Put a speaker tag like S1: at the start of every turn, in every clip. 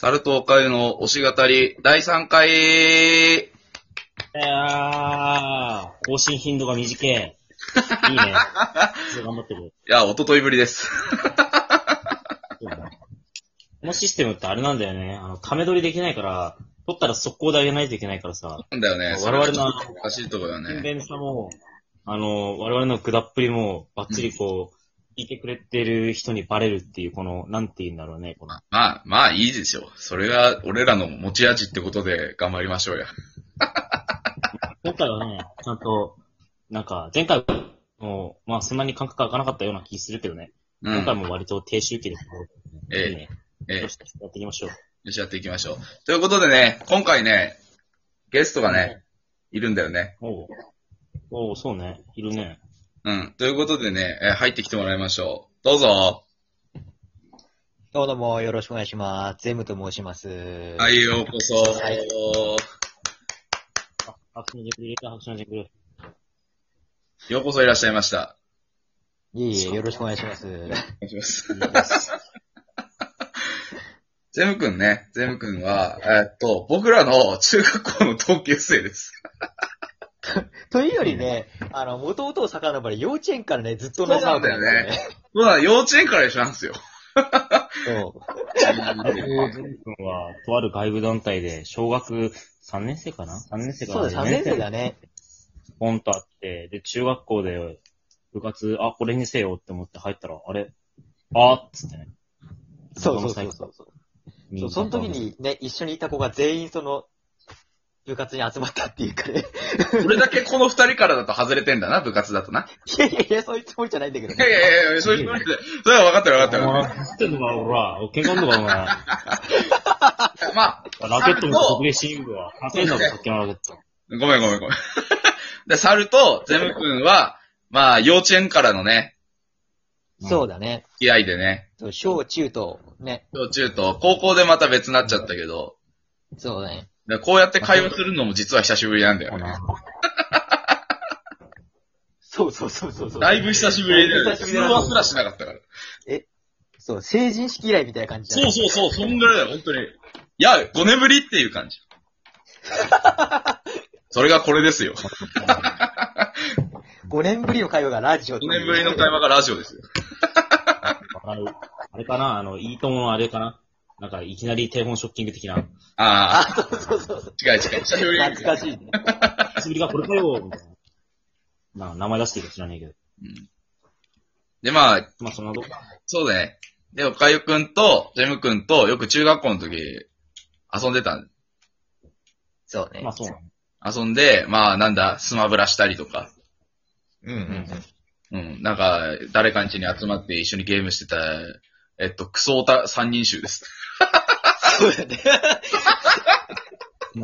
S1: タルトおかゆの推し語り、第3回
S2: いやー、更新頻度が短い。いいね。そう頑張ってる。
S1: いや、おとといぶりです。
S2: そうだなこのシステムってあれなんだよね。あの、亀取りできないから、取ったら速攻であげないといけないからさ、
S1: なんだよね。
S2: 我々のあ
S1: おかしいとこだよ
S2: の、勤
S1: ね。
S2: 勉さも、あの、我々の下っぷりも、バッチリこう、聞いてくれてる人にバレるっていう、この、なんて言うんだろうね、この。
S1: まあ、まあいいでしょう。それが俺らの持ち味ってことで頑張りましょうや。
S2: 今回はね、ちゃんと、なんか、前回も、まあそんなに感覚が開かなかったような気するけどね。
S1: う
S2: 今回
S1: ん。
S2: も割と低周期ですけど、
S1: ええ
S2: いいね。
S1: ええ
S2: よしやっていきましょう。
S1: よし、やっていきましょう。ということでね、今回ね、ゲストがね、いるんだよね。
S2: おう。おう、そうね。いるね。
S1: うん。ということでね、えー入ってきてもらいましょう。どうぞ。
S3: どうどもよろしくお願いします。ゼムと申します。。
S1: はいい、ようこそ。
S3: はい
S2: あ、拍手のジングル入れた、拍手のジングル。
S1: ようこそいらっしゃいました。
S3: いえいえ、よろしくお願いします。
S1: お願いします。 ゼムくんね、ゼムくんは、えっと、僕らの中学校の同級生です。
S3: というよりね、あの、もともと遡り、幼稚園からね、ずっと仲良く
S1: そうなんだよそうだ、幼稚園から一緒なんですよ。
S3: そう。
S2: あと、ズン君は、とある外部団体で、小学3年生かな ?3 年生かな
S3: そうだ、3年生だ
S2: ね。
S3: ね。
S2: ポンとあって、で、中学校で、部活、あ、これにせよって思って入ったら、あれあーっつってね。
S3: そうそうそうそう
S2: みん
S3: そ
S2: な
S3: う。その時にね、一緒にいた子が全員その、部活に集まったっていうかね。
S1: 俺だけこの二人からだと外れてんだな、部活だとな。
S3: いやいやいや、そういうつもりじゃないんだけど
S1: いやい
S3: ね。
S1: やいや、そういうことで。それは分かってる分かってる
S2: お
S1: 分かっ
S2: 前、知ってんのか、おら。喧嘩んのか、お前。
S1: てる。まあ、
S2: ラケットの特芸シーン部は。勝てんのか、さっきのラケット。
S1: ごめんごめんごめん。で、猿とゼム君は、まあ、幼稚園からのね、
S3: そうだね。
S1: 付き合いでね、
S3: そう、小中と、ね。
S1: 小中と、高校でまた別になっちゃったけど、
S3: そうだね。
S1: でこうやって会話するのも実は久しぶりなんだ
S2: だ
S1: よね。
S3: そうそうそうそうそう。
S1: だいぶ久しぶりで、
S3: だいぶ久し
S1: 通
S3: ぶりだ
S1: 話すらしなかったから。
S3: そう、成人式以来みたいな感じだ
S1: そ
S3: ね
S1: うそうそう、そんぐらいだよ、本当に。いや、5年ぶりっていう 感じ。それがこれですよ。5
S3: 5年ぶりの会話がラジオっていう
S1: 年ぶりの会話がラジオですよ。
S2: あれかなあの、いいとものあれかななんか、いきなりテレフォンショッキング的な。
S1: あ
S3: あ、そうそうそうそう。
S1: あ、違う違う。久しぶり。
S3: 懐かしいね。
S2: 久しぶりがこれかよみたいな。な名前出していいか知らないけど。
S1: で、まあ、
S2: まあ、そんなとこか。
S1: そうだね。で、おかゆくんと、ジェムくんと、よく中学校の時、遊んでたん
S3: そうね
S2: まあ、。そうなの。
S1: 遊んで、まあ、なんだ、スマブラしたりとか、
S3: うんうんうん。
S1: うん、なんか、誰かん家に集まって一緒にゲームしてた、えっと、クソオタ三人衆です。
S3: そうだね。
S2: うん。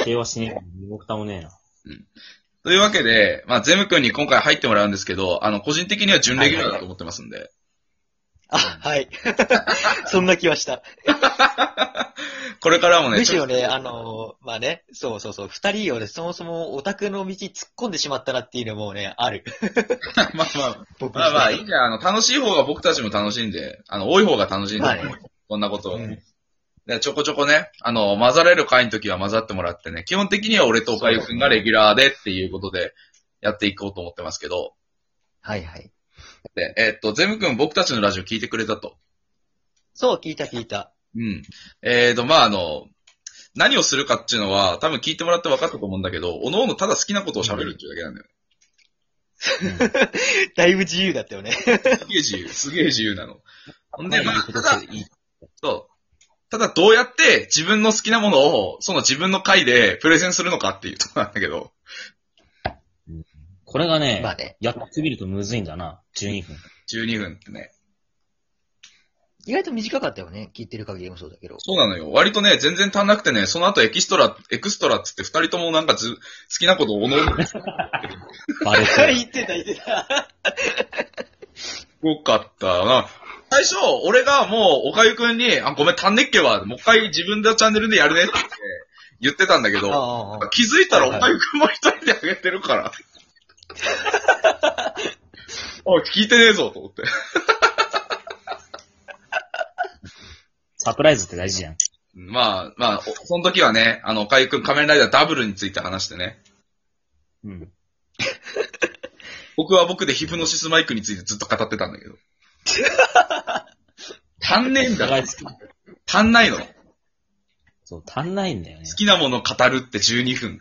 S2: 否定はしねえから、身も蓋もねえな。
S1: というわけで、まあ、ゼムくんに今回入ってもらうんですけど、あの、個人的には準レギュラーだと思ってますんで、
S3: あ、はい。 そんな気はした。
S1: これからもね、
S3: むしろ
S1: ち
S3: ね、
S1: ょっ
S3: あのーまあね、そうそうそう、二人をね、そもそもオタクの道突っ込んでしまったなっていうのもね、ある。
S1: とまあまあ、
S3: 僕
S1: まあまあ、い
S3: 自
S1: いんじゃん。あの、楽しい方が僕たちも楽しいんで、あの、多い方が楽しいんで、
S3: はい
S1: こんなことを、
S3: 体うん
S1: でちょこちょこね、あの、混ざれる回の時は混ざってもらってね、基本的には俺と岡ゆくんがレギュラーでっていうことでやっていこうと思ってますけど、
S3: はいはい。
S1: で、えっと、ゼムくん僕たちのラジオ聞いてくれたと。
S3: そう、聞いた聞いた。
S1: うん。えっ、ー、と、まあ、あの、何をするかっていうのは、多分聞いてもらって分かったと思うんだけど、おのおのただ好きなことを喋るっていうだけなんだよね。
S3: だいぶ自由だったよね。
S1: すげえ自由、すげえ自由なの。ほんで、ま
S2: まあいい
S1: あ、
S2: こ
S1: た
S2: と
S1: だ
S2: で、いい。
S1: そう。ただどうやって自分の好きなものを、その自分の回でプレゼンするのかっていうとこなんだけど、
S2: これがね、
S3: まあね
S2: やってみるとむずいんだな。12分。
S1: 12分ってね。
S3: 意外と短かったよね。聞いてる限りもそうだけど。
S1: そうなのよ。割とね、全然足んなくてね、その後エキストラ、エクストラっつって二人ともなんかず、好きなことをおのおの
S2: バレてる。
S3: 言ってた言ってた。
S1: すごかったな。最初、俺がもう、おかゆくんに、あ、ごめん、足んねっけわ、もう一回自分のチャンネルでやるねって言ってたんだけど、
S3: ああああ
S1: 気づいたらお
S3: はい
S1: か
S3: はい
S1: ゆくんも一人であげてる から。おい、聞いてねえぞ、と思って。
S2: サプライズって大事じゃん。
S1: まあ、まあ、おその時はね、あの、おかゆくん仮面ライダーダブルについて話してね。
S2: うん。
S1: 僕は僕でヒプノシスマイクについてずっと語ってたん だけど。足んねえん
S2: お
S1: だ
S2: 互
S1: ろ
S2: い。好き。
S1: 足んないの。好
S2: そう、足んないんだよね。
S1: きなもの語るって12分。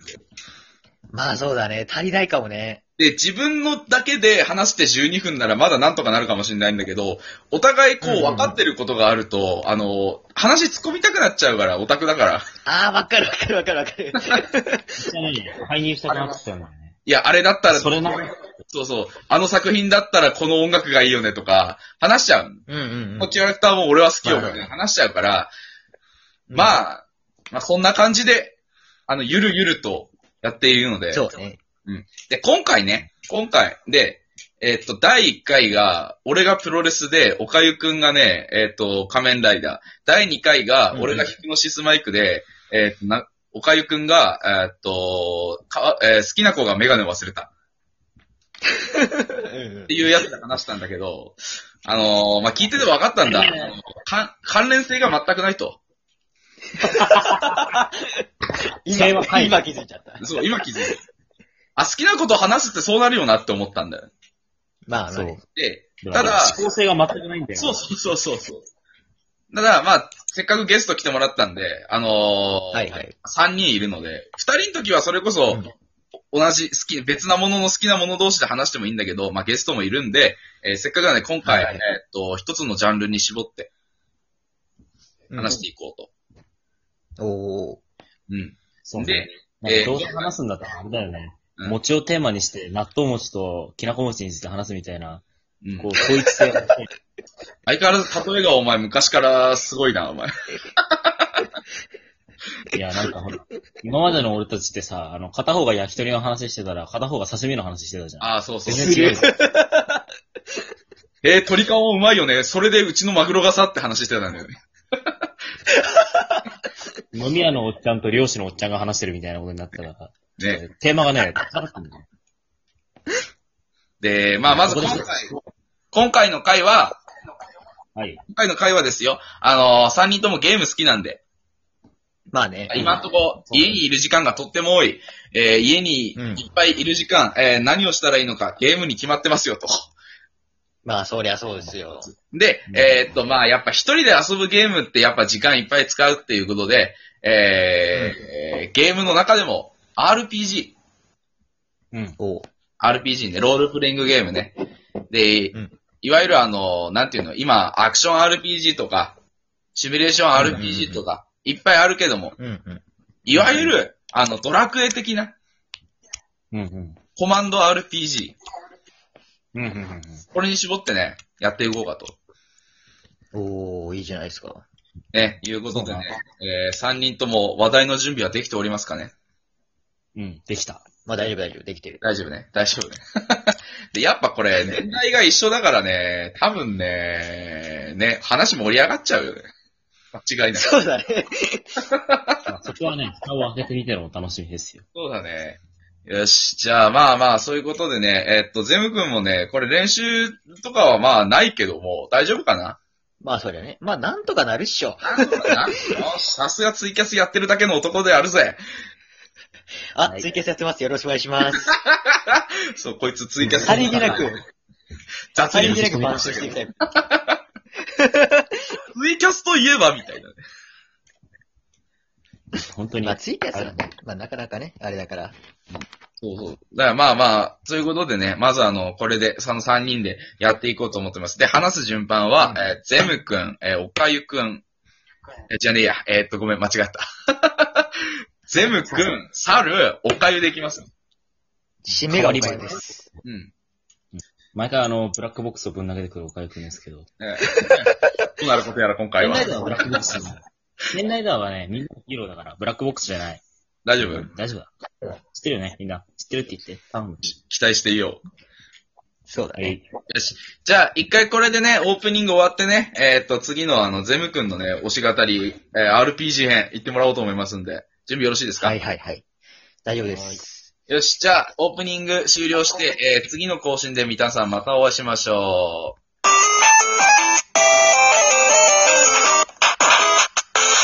S3: まあそうだね。足りないかもね。
S1: で、自分のだけで話して12分ならまだなんとかなるかもしれないんだけど、お互いこ
S3: うん
S1: う
S3: うん
S1: 分かってることがあると、あの、話突っ込みたくなっちゃうから、オタクだから。
S3: ああ、わかるわかるわかるわかる。
S2: ちなみに、介入したくなかったよね。
S1: いや、あれだったら、
S2: それな、
S1: そうそう、あの作品だったらこの音楽がいいよねとか、話しちゃう。
S3: うんうん、
S1: このキャラクターも俺は好きよ、み
S3: はい
S1: た
S3: はいい
S1: な話しちゃうから、
S3: うん。あ、
S1: まあ、まあそんな感じで、あの、ゆるゆるとやっているので。
S3: そうね。
S1: で、今回ね、今回、で、えっと、第1回が、俺がプロレスで、おかゆくんがね、えっと、仮面ライダー。第2回が
S2: うんう、ん
S1: 俺がヒプノシスマイクで、えっと、な、おかゆくんが、えっと、かえー好きな子がメガネ忘れたっていうやつで話したんだけど、あのーまあ、聞いてて分かったんだ。あのか関連性が全くないと。
S2: 平和
S3: 今、
S2: 会
S3: 今気づいちゃった。
S1: そう、今気づいた。あ、好きなこと話すってそうなるよなって思ったんだよ。
S3: まあ、
S2: そ
S3: そうう。。
S1: で、
S2: でも
S1: ただ
S2: 思考性が全くないんだよ。
S1: そうそうそうそうそう。ただ、まあ、せっかくゲスト来てもらったんで、あのー
S3: はいはい。
S1: 3人いるので、2人の時はそれこそ、
S3: うん
S1: 同じ好き、別なものの好きなもの同士で話してもいいんだけど、まあゲストもいるんで、えーせっかくなんで今回、
S3: はいはい
S1: えーっと、一つのジャンルに絞って話していこうと。
S3: おー。
S1: うん。
S2: そう
S1: で
S2: ね。なん
S1: えー
S2: かどうせ話すんだったらあれだよね。
S1: うん
S2: 餅をテーマにして、納豆餅ときなこ餅について話すみたいな、
S1: うん
S2: こう、統一性が。
S1: 相変わらず例えがお前昔からすごいな、お前。
S2: いや、なんかほら、今までの俺たちってさ、あの、片方が焼き鳥の話してたら、片方が刺身の話してたじゃん。
S1: ああ、そうそう。
S2: 全然違うよ。
S1: えー、鳥缶もうまいよね。それでうちのマグロがさって話してたんだよね。
S2: 飲み屋のおっちゃんと漁師のおっちゃんが話してるみたいなことになったら、
S1: ね。
S2: テーマがね、高くなる
S1: で、まあまず
S2: こ
S1: 今
S2: こ
S1: 回
S2: で、すよ
S1: 今回の回は、
S2: はい。
S1: 今回の会話ですよ。あのー、三人ともゲーム好きなんで、
S3: まあね。
S1: 今んとこ家にいる時間がとっても多い、えー家に
S3: うん
S1: いっぱいいる時間、えー何をしたらいいのか、ゲームに決まってますよと。
S3: まあ、そりゃそうですよ。
S1: で、
S2: うん
S1: えーっと、まあ、やっぱ一人で遊ぶゲームってやっぱ時間いっぱい使うっていうことで、えーえーゲームの中でも RPG、
S2: うん。
S3: おー。
S1: RPG ね、ロールプレイングゲームね。で、
S3: うん
S1: いわゆるあの、なんていうの、今、アクション RPG とか、シミュレーション RPG とか、いっぱいあるけども、
S3: うんうん。
S1: いわゆる、あの、ドラクエ的な
S2: うんうん。
S1: コマンド RPG。
S2: うんうんうん
S1: これに絞ってね、やっていこうかと。
S3: おー、いいじゃないですか。
S1: ね、いうことでね
S2: そ、
S1: えー、3人とも話題の準備はできておりますかね
S2: うん。うん、できた。
S3: まあ大丈夫大丈夫、できてる。
S1: 大丈夫ね大丈夫ね。 で、やっぱこれ、年代が一緒だからね、多分ね、ね、話盛り上がっちゃうよね。間違いない。
S3: そうだね。
S2: まあそこはね、蓋を開けてみてのお楽しみですよ。
S1: そうだね。よし、じゃあまあまあ、そういうことでね、えっと、ゼム君もね、これ練習とかはまあないけども、大丈夫かな
S3: まあそりゃね。まあなんとかなるっしょ。
S1: よしさすがツイキャスやってるだけの男であるぜ。
S3: あ、
S2: はい
S3: ツイキャスやってます。よろしくお願いし ます。
S1: そう、こいつツイキャス。
S3: さりげな く、
S1: 雑
S3: さ
S1: に
S3: りげな
S1: ツ
S3: くバンしていきたい。
S1: イキャスといえばみたいなね。
S2: 本当に。
S3: まあツイキャスはね、まあなかなかね、あれだから。
S1: そうそう。だからまあまあ、ということでね、まずあの、これで、その3人でやっていこうと思ってます。で、話す順番は、
S3: うん
S1: えーゼムくん、えーおかゆくん、えーじゃねえや、えーっと、ごめん、間違った。 ゼムくん、サル、おかゆでいきます。
S3: 締めがおかゆです。
S1: うん。
S2: 毎回あの、ブラックボックスをぶん投げてくるおかゆくんですけど。
S1: えーどうなることやら今回は
S3: 考。えたの
S2: ブラックボックス じゃない。ペンライダーはね、みんなのヒーローだから、ブラックボックスじゃない。
S1: 大丈夫
S2: 大丈夫だ。知ってるよね、みんな。知ってるって言って。頼む。
S1: 期待していよう。
S3: そうだ
S2: はい。
S3: ね。
S1: よし。じゃあ、一回これでね、オープニング終わってね、えーっと、次のあの、ゼム君のね、推し語り、えー RPG 編、行ってもらおうと思いますんで、準備よろしいですか
S3: はいはいはい。大丈夫です。
S1: よし、じゃあ、オープニング終了して、えー次の更新で皆さんまたお会いしましょう。